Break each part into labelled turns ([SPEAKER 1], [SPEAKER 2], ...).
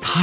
[SPEAKER 1] 他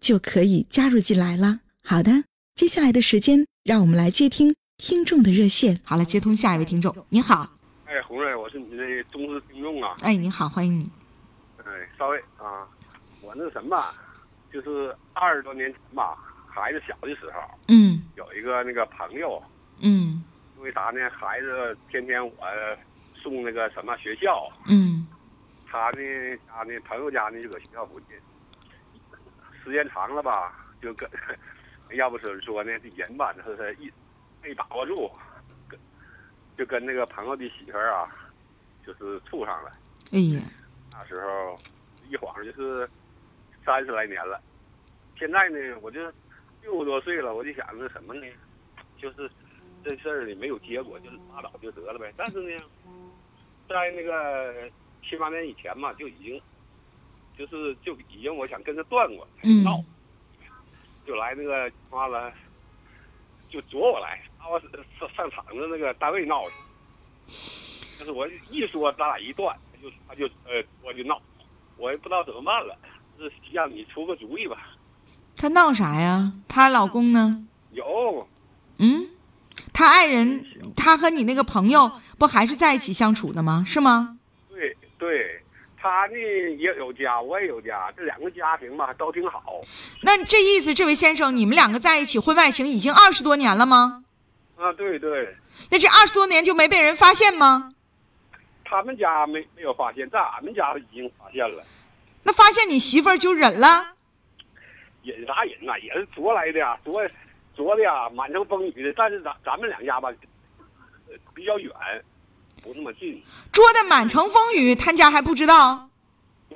[SPEAKER 2] 就可以加入进来了。好的，接下来的时间，让我们来接听听众的热线。好了，接通下一位听众，您好，
[SPEAKER 3] 哎，红瑞，我是你的忠实听众啊！
[SPEAKER 2] 哎，您好，欢迎你。
[SPEAKER 3] 哎，稍微啊，我那什么，就是二十多年前吧，孩子小的时候，
[SPEAKER 2] 嗯
[SPEAKER 3] 有一个那个朋友，
[SPEAKER 2] 嗯
[SPEAKER 3] 因为啥呢？孩子天天我送那个什么学校，
[SPEAKER 2] 嗯
[SPEAKER 3] 他呢家呢朋友家呢就搁学校附近，时间长了吧，就跟要不是说呢人吧，他是一没把握住，跟就跟那个朋友的媳妇儿啊，就是处上了。
[SPEAKER 2] 哎呀，
[SPEAKER 3] 那时候一晃就是三十来年了。现在呢，我就六十多岁了，我就想着什么呢？就是这事儿呢没有结果，就拉倒就得了呗。但是呢，在那个七八年以前嘛，就已经就是就已经我想跟他断过，
[SPEAKER 2] 嗯
[SPEAKER 3] 闹，就来那个完了，就啄我来，拉我上上厂子那个单位闹去。就是我一说咱俩一断，他就他就呃我就闹，我也不知道怎么办了，是让你出个主意吧。
[SPEAKER 2] 她闹啥呀？她老公呢？
[SPEAKER 3] 有
[SPEAKER 2] 嗯，她爱人，她和你那个朋友不还是在一起相处的吗？是吗？
[SPEAKER 3] 对对，他呢也有家，我也有家，这两个家庭吧都挺好。
[SPEAKER 2] 那这意思，这位先生，你们两个在一起婚外情已经二十多年了吗？
[SPEAKER 3] 啊，对对，
[SPEAKER 2] 那这二十多年就没被人发现吗？
[SPEAKER 3] 他们家没没有发现，在俺们家已经发现了。
[SPEAKER 2] 那发现你媳妇儿就忍了？
[SPEAKER 3] 引啥引呐、也是昨来的呀、昨昨的呀、满城风雨的。但是咱咱们两家吧，呃比较远，不那么近。
[SPEAKER 2] 捉得满城风雨，他家还不知道。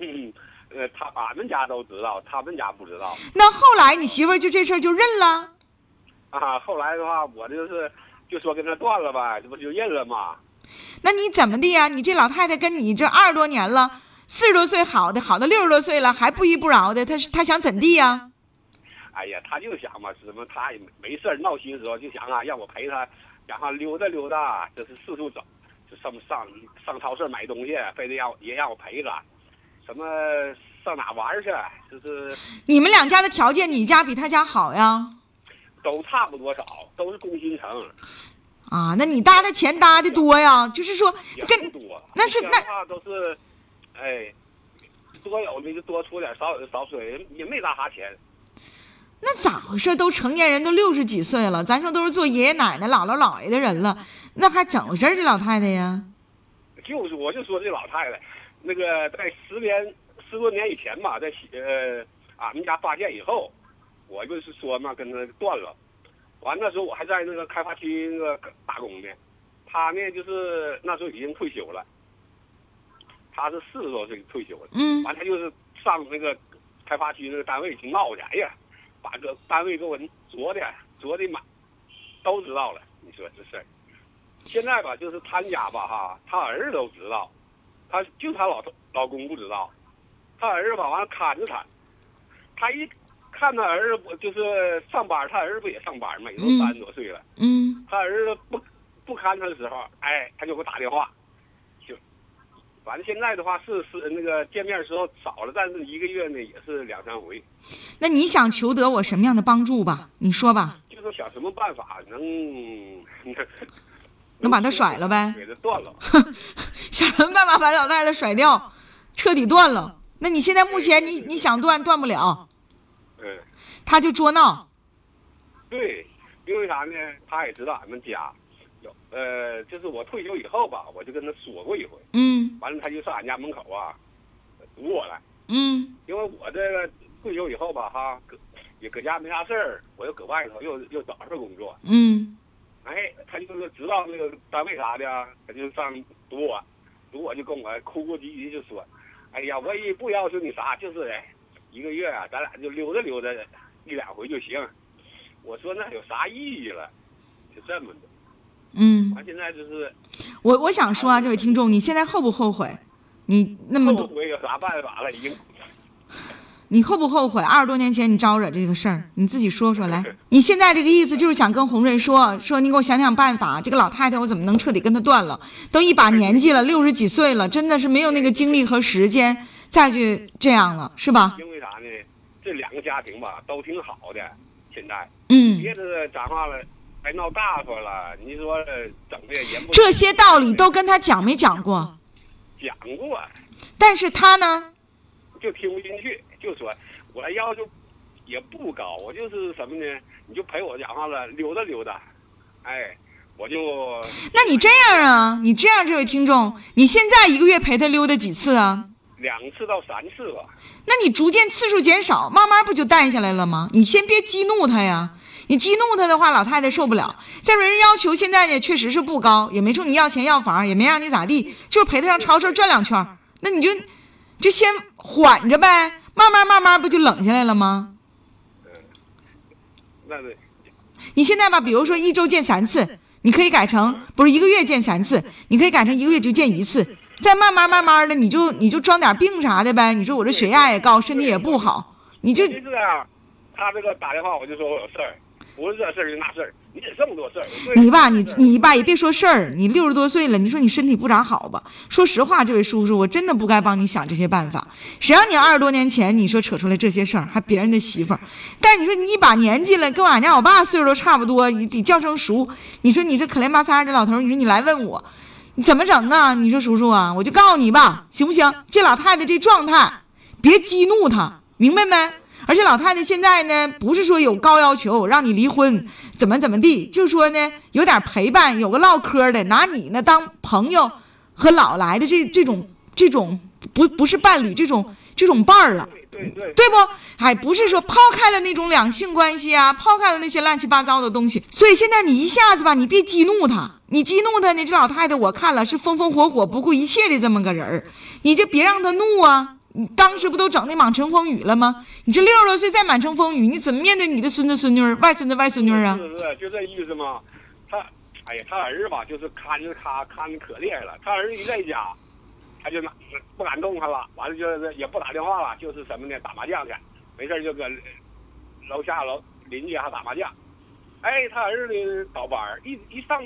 [SPEAKER 3] 嗯，呃，他俺们家都知道，他们家不知道。
[SPEAKER 2] 那后来你媳妇儿就这事儿就认了？
[SPEAKER 3] 啊，后来的话，我就是就说跟他断了呗，这不就认了吗？
[SPEAKER 2] 那你怎么的呀？你这老太太跟你这二十多年了，四十多岁好的，好到六十多岁了还不依不饶的，她是她想怎地呀？
[SPEAKER 3] 哎呀，他就想嘛，什么他也没没事儿闹心的时候就想啊，让我陪他，然后溜达溜达，就是四处走，就上上上超市买东西，非得让我也让我陪着，什么上哪玩儿去，就是
[SPEAKER 2] 你们两家的条件，你家比她家好呀？
[SPEAKER 3] 都差不多少，都是工薪层，
[SPEAKER 2] 啊，那你搭的钱搭的多呀？就是说
[SPEAKER 3] 也不
[SPEAKER 2] 跟
[SPEAKER 3] 多。
[SPEAKER 2] 那是
[SPEAKER 3] 这样的话都是，哎，多有的就多出点儿，少有的少出点儿，也没咋啥钱。
[SPEAKER 2] 那咋回事？都成年人，都六十几岁了，咱说都是做爷爷奶奶、姥姥姥爷的人了，那还怎么回事儿？这老太太呀，
[SPEAKER 3] 就是我就说这老太太，那个在十年十多年以前吧，在西呃俺们家发现以后，我不是说嘛跟她断了，完那时候我还在那个开发区那个打工呢，她呢就是那时候已经退休了，她是四十多岁退休了，
[SPEAKER 2] 嗯
[SPEAKER 3] 完她就是上那个开发区那个单位去闹去，哎呀，把这单位给我啄的啄的满，都知道了，你说这事儿。现在吧，就是他家吧，哈，他儿子都知道，他就他老头老公不知道，他儿子吧，完了看着他，他一看他儿子不就是上班，他儿子不也上班嘛，也都
[SPEAKER 2] 嗯
[SPEAKER 3] 三十多岁了，
[SPEAKER 2] 嗯，
[SPEAKER 3] 他儿子不不看他的时候，哎，他就给我打电话，就，反正现在的话是是那个见面的时候少了，但是一个月呢也是两三回，
[SPEAKER 2] 那你想求得我什么样的帮助吧？你说吧，
[SPEAKER 3] 就说想什么办法能
[SPEAKER 2] 能把他甩了呗
[SPEAKER 3] 给他断了。
[SPEAKER 2] 想什么办法把老太太甩掉，彻底断了？那你现在目前你你想断断不了，
[SPEAKER 3] 嗯，
[SPEAKER 4] 他就捉闹。
[SPEAKER 3] 对，因为啥呢？他也知道俺们家有，呃，就是我退休以后吧，我就跟他说过一回，
[SPEAKER 4] 嗯
[SPEAKER 3] 完了他就上俺家门口啊堵我来，
[SPEAKER 4] 嗯
[SPEAKER 3] 因为我这个退休以后吧，哈，搁也搁家没啥事儿，我又搁外头又又找份工作，
[SPEAKER 4] 嗯
[SPEAKER 3] 哎，他就是知道那个单位啥的啊，他就上堵我，堵我就跟我哭哭啼啼就说：“哎呀，我也不要求你啥，就是哎一个月啊，咱俩就溜达溜达一两回就行。”我说那有啥意义了？就这么的。
[SPEAKER 4] 嗯，
[SPEAKER 3] 完现在就是
[SPEAKER 4] 我我想说啊，这位听众，你现在后不后悔？你那么
[SPEAKER 3] 后
[SPEAKER 4] 多，
[SPEAKER 3] 悔有啥办法了？已经
[SPEAKER 4] 你后不后悔？二十多年前你招惹这个事儿，你自己说说来。你现在这个意思就是想跟红瑞说，说你给我想想办法，这个老太太我怎么能彻底跟她断了？都一把年纪了，六十几岁了，真的是没有那个精力和时间再去这样了，是吧？
[SPEAKER 3] 因为啥呢？这两个家庭吧都挺好的，现在
[SPEAKER 4] 嗯。
[SPEAKER 3] 别的讲话了，还闹大发了。你说整的也不
[SPEAKER 4] 这些道理都跟他讲没讲过？
[SPEAKER 3] 讲过。
[SPEAKER 4] 但是他呢，
[SPEAKER 3] 就听不进去，就说我要求也不高，我就是什么呢？你就陪我讲话了，溜达溜达，哎，我就
[SPEAKER 4] 那你这样啊，你这样，这位听众，你现在一个月陪他溜达几次啊？
[SPEAKER 3] 两次到三次吧。
[SPEAKER 4] 那你逐渐次数减少，慢慢不就淡下来了吗？你先别激怒他呀，你激怒他的话，老太太受不了。再说人要求现在也确实是不高，也没冲你要钱要房，也没让你咋地，就是陪他上超市转两圈儿，那你就就先缓着呗，慢慢慢慢不就冷下来了吗？
[SPEAKER 3] 那是
[SPEAKER 4] 你现在吧，比如说一周见三次，你可以改成不是一个月见三次，你可以改成一个月就见一次，再慢慢慢慢的，你就你就装点病啥的呗。你说我这血压也高，身体也不好，你就
[SPEAKER 3] 就是啊，他这个打电话我就说我有事儿，不是这事儿就那事儿，你得这么多事儿。我对
[SPEAKER 4] 你吧，你
[SPEAKER 3] 这事儿
[SPEAKER 4] 你吧也别说事儿，你六十多岁了，你说你身体不咋好吧？说实话，这位叔叔，我真的不该帮你想这些办法。谁让你二十多年前你说扯出来这些事儿，还别人的媳妇儿？但你说你一把年纪了，跟俺家我爸岁数都差不多，你得叫声叔。你说你这可怜巴三的老头儿，你说你来问我，你怎么整啊？你说叔叔啊，我就告诉你吧，行不行？这老太太这状态，别激怒她，明白没？而且老太太现在呢，不是说有高要求让你离婚，怎么怎么地，就说呢有点陪伴，有个唠嗑的，拿你呢当朋友和老来的这这种这种不不是伴侣这种这种伴儿了。
[SPEAKER 3] 对对对，
[SPEAKER 4] 对不？哎，不是说抛开了那种两性关系啊，抛开了那些乱七八糟的东西。所以现在你一下子吧，你别激怒他，你激怒他，你这老太太我看了是风风火火、不顾一切的这么个人儿，你就别让他怒啊。你当时不都整那满城风雨了吗？你这六十多岁再满城风雨，你怎么面对你的孙子孙女儿、外孙子外孙女儿啊？
[SPEAKER 3] 是不是就这意思嘛？他，哎呀，他儿子吧，就是看着他看着可厉害了，他儿子一在家。他就拿不敢动他了，完了就是也不打电话了，就是什么呢，打麻将去，没事儿就搁楼下楼邻居还打麻将。哎，他儿子呢倒班儿，一一上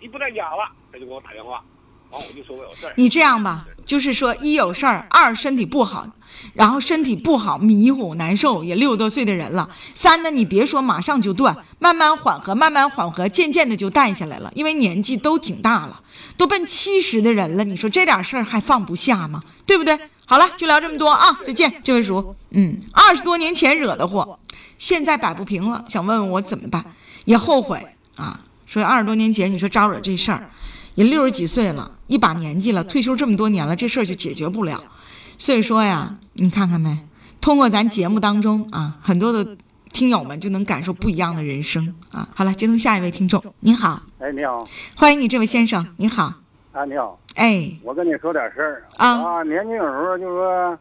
[SPEAKER 3] 一不在家了，他就给我打电话，完我就说我有事儿。
[SPEAKER 4] 你这样吧，就是说一有事儿，二身体不好，然后身体不好迷糊难受，也六十多岁的人了。三呢，你别说马上就断，慢慢缓和，慢慢缓和，渐渐的就淡下来了，因为年纪都挺大了，都奔七十的人了，你说这点事儿还放不下吗？对不对？好了，就聊这么多啊，再见，这位叔。嗯，二十多年前惹的祸，现在摆不平了，想问问我怎么办，也后悔啊。说二十多年前你说招惹这事儿，人六十几岁了，一把年纪了，退休这么多年了，这事儿就解决不了。所以说呀，你看看没？通过咱节目当中啊，很多的听友们就能感受不一样的人生啊。好了，接通下一位听众，您好，
[SPEAKER 5] 哎，你好
[SPEAKER 4] 欢迎你，这位先生，你好，
[SPEAKER 5] 啊，你好，
[SPEAKER 4] 哎，
[SPEAKER 5] 我跟你说点事儿
[SPEAKER 4] 啊
[SPEAKER 5] 年轻有时候就说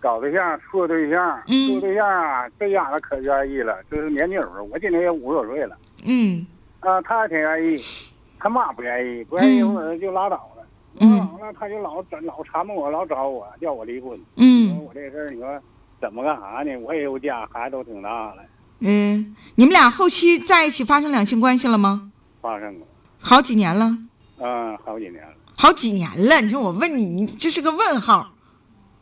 [SPEAKER 5] 搞对象、处对象、
[SPEAKER 4] 嗯
[SPEAKER 5] 处对象啊，这家伙可愿意了，就是年轻有时候，我今年也五十多岁了
[SPEAKER 4] 嗯
[SPEAKER 5] 啊，他还挺愿意，他嘛不愿意，不愿意
[SPEAKER 4] 嗯
[SPEAKER 5] 我就拉倒了，
[SPEAKER 4] 嗯
[SPEAKER 5] 拉倒了他就老老缠着我，老找我，叫我离婚。你说
[SPEAKER 4] 嗯
[SPEAKER 5] 我这事儿，你说怎么干啥呢？我也有家，孩子都挺大了，
[SPEAKER 4] 嗯，你们俩后期在一起发生两性关系了吗？
[SPEAKER 5] 发生过，
[SPEAKER 4] 好几年了，
[SPEAKER 5] 嗯，好几年了，
[SPEAKER 4] 好几年了。你说我问你，你这是个问号。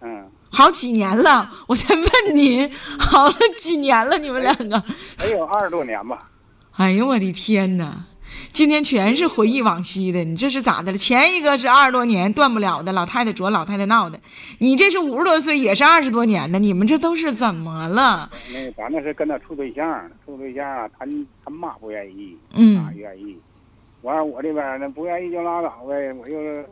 [SPEAKER 5] 嗯，
[SPEAKER 4] 好几年了，我在问你，好了几年了，你们两个。
[SPEAKER 5] 得有二十多年吧，
[SPEAKER 4] 哎呦我的天哪！今天全是回忆往昔的，你这是咋的了？前一个是二十多年断不了的，老太太着老太太闹的，你这是五十多岁也是二十多年的，你们这都是怎么了？
[SPEAKER 5] 那咱那是跟他处对象，处对象啊，他他妈不愿意，
[SPEAKER 4] 嗯
[SPEAKER 5] 妈愿意，完了我这边呢不愿意就拉倒呗，我就是，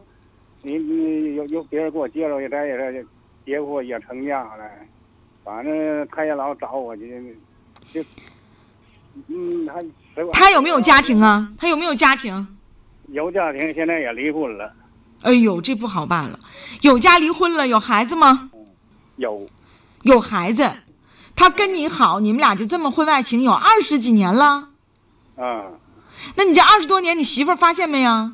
[SPEAKER 5] 你你有有别人给我介绍一咱也是结婚也成家了，反正他也老找我去，就，嗯，他
[SPEAKER 4] 他有没有家庭？啊？他有没有家庭？
[SPEAKER 5] 有家庭，现在也离婚了，
[SPEAKER 4] 哎呦，这不好办了，有家离婚了，有孩子吗？
[SPEAKER 5] 有
[SPEAKER 4] 有孩子，他跟你好，你们俩就这么婚外情有二十几年了。
[SPEAKER 5] 啊，
[SPEAKER 4] 那你这二十多年，你媳妇儿发现没呀？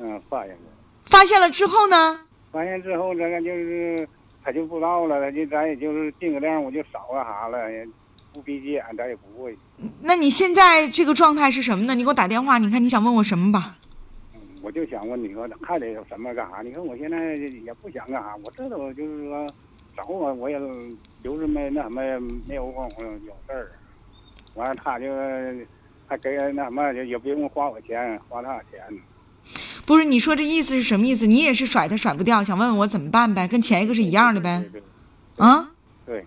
[SPEAKER 5] 嗯，发现了。
[SPEAKER 4] 发现了之后呢？
[SPEAKER 5] 完了之后，这个就是他就不唠了，他就咱也就是尽个量，我就少干啥了，也不逼急眼，咱也不会。
[SPEAKER 4] 那你现在这个状态是什么呢？你给我打电话，你看你想问我什么吧？
[SPEAKER 5] 我就想问你说，还得有什么干啥？你看我现在也不想干啥，我这都就是说找我，我也就是没那什么没有空，我有事儿。完了，他就还给那什么，也也不用花我钱，花他钱。
[SPEAKER 4] 不是，你说这意思是什么意思？你也是甩他甩不掉，想问我怎么办呗？跟前一个是一样的呗
[SPEAKER 5] 对？对
[SPEAKER 4] 啊？
[SPEAKER 5] 对，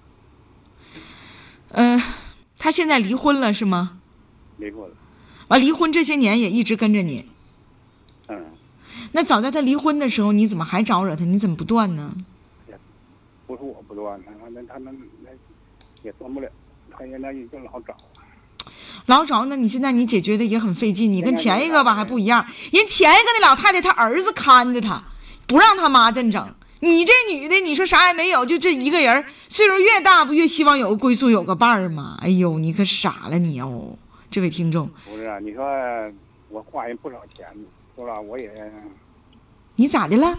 [SPEAKER 4] 嗯、他现在离婚了是吗？
[SPEAKER 5] 离婚了。
[SPEAKER 4] 完，离婚这些年也一直跟着你。
[SPEAKER 5] 嗯，
[SPEAKER 4] 那早在他离婚的时候，你怎么还招惹他？你怎么不断呢？
[SPEAKER 5] 不是我不断，他那他那那也断不了，他现在也就老找。
[SPEAKER 4] 老找那你现在你解决的也很费劲，你跟
[SPEAKER 5] 人家
[SPEAKER 4] 前一个吧
[SPEAKER 5] 就是
[SPEAKER 4] 还不一样，人前一个那老太太她儿子看着她，不让她妈真整。你这女的，你说啥也没有，就这一个人儿，岁数越大不越希望有个归宿，有个伴儿吗？哎呦，你可傻了你哦，这位听众，
[SPEAKER 5] 不是啊，你说我花人不少钱呢，是吧？我也
[SPEAKER 4] 你咋的了？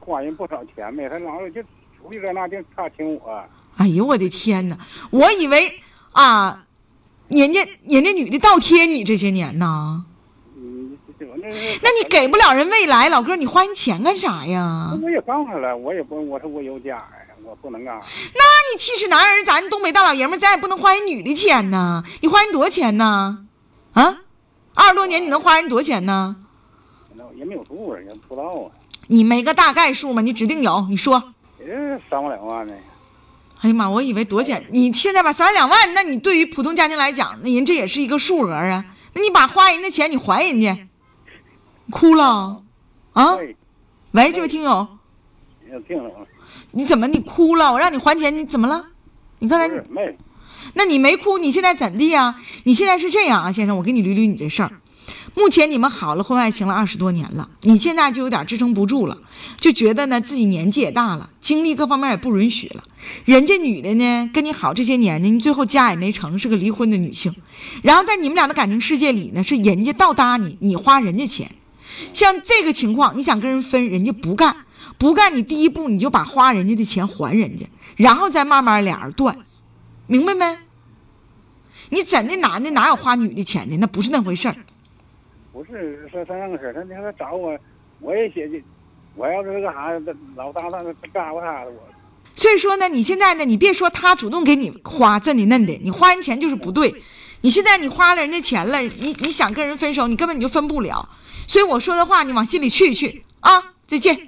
[SPEAKER 5] 花人不少钱呗，他老是就出去这那就差请我，
[SPEAKER 4] 哎呦我的天哪，我以为啊，人家人家女的倒贴你这些年呢，
[SPEAKER 5] 嗯，这我那是
[SPEAKER 4] 那你给不了人未来，老哥你花人钱干啥呀？
[SPEAKER 5] 我也告诉他了，我也不我说我有家呀，我不能干啥，
[SPEAKER 4] 那你七尺男儿，咱东北大老爷们儿，咱也不能花人女的钱呐。你花人多少钱呢？啊，二十多年你能花人多少钱呢？
[SPEAKER 5] 那也没有数，也不知道啊，
[SPEAKER 4] 你没个大概数吗？你指定有，你说。
[SPEAKER 5] 也就三万两万的，
[SPEAKER 4] 哎呀妈，我以为多少钱？你现在把三万两万，那你对于普通家庭来讲，那人这也是一个数额啊。那你把花人的钱你还人家，哭了啊？
[SPEAKER 5] 对，
[SPEAKER 4] 喂，这位听友，
[SPEAKER 5] 也定了，
[SPEAKER 4] 你怎么你哭了？我让你还钱，你怎么了？你刚才
[SPEAKER 5] 不是没，
[SPEAKER 4] 那你没哭，你现在怎地呀？你现在是这样啊，先生，我给你捋捋你这事儿。目前你们好了，婚外情了二十多年了，你现在就有点支撑不住了，就觉得呢自己年纪也大了，精力各方面也不允许了。人家女的呢跟你好这些年呢，你最后家也没成，是个离婚的女性。然后在你们俩的感情世界里呢，是人家倒搭你，你花人家钱。像这个情况，你想跟人分，人家不干，不干你第一步你就把花人家的钱还人家，然后再慢慢俩人断。明白没？你怎的男的哪有花女的钱的？那不是那回事儿。
[SPEAKER 5] 不是说他那个事儿，他他找我，我也写去，我要是干啥，老搭他干不他我，
[SPEAKER 4] 所以说呢，你现在呢，你别说他主动给你花这的那的，你花人钱就是不对。你现在你花了人家钱了，你你想跟人分手，你根本你就分不了。所以我说的话，你往心里去一去啊！再见。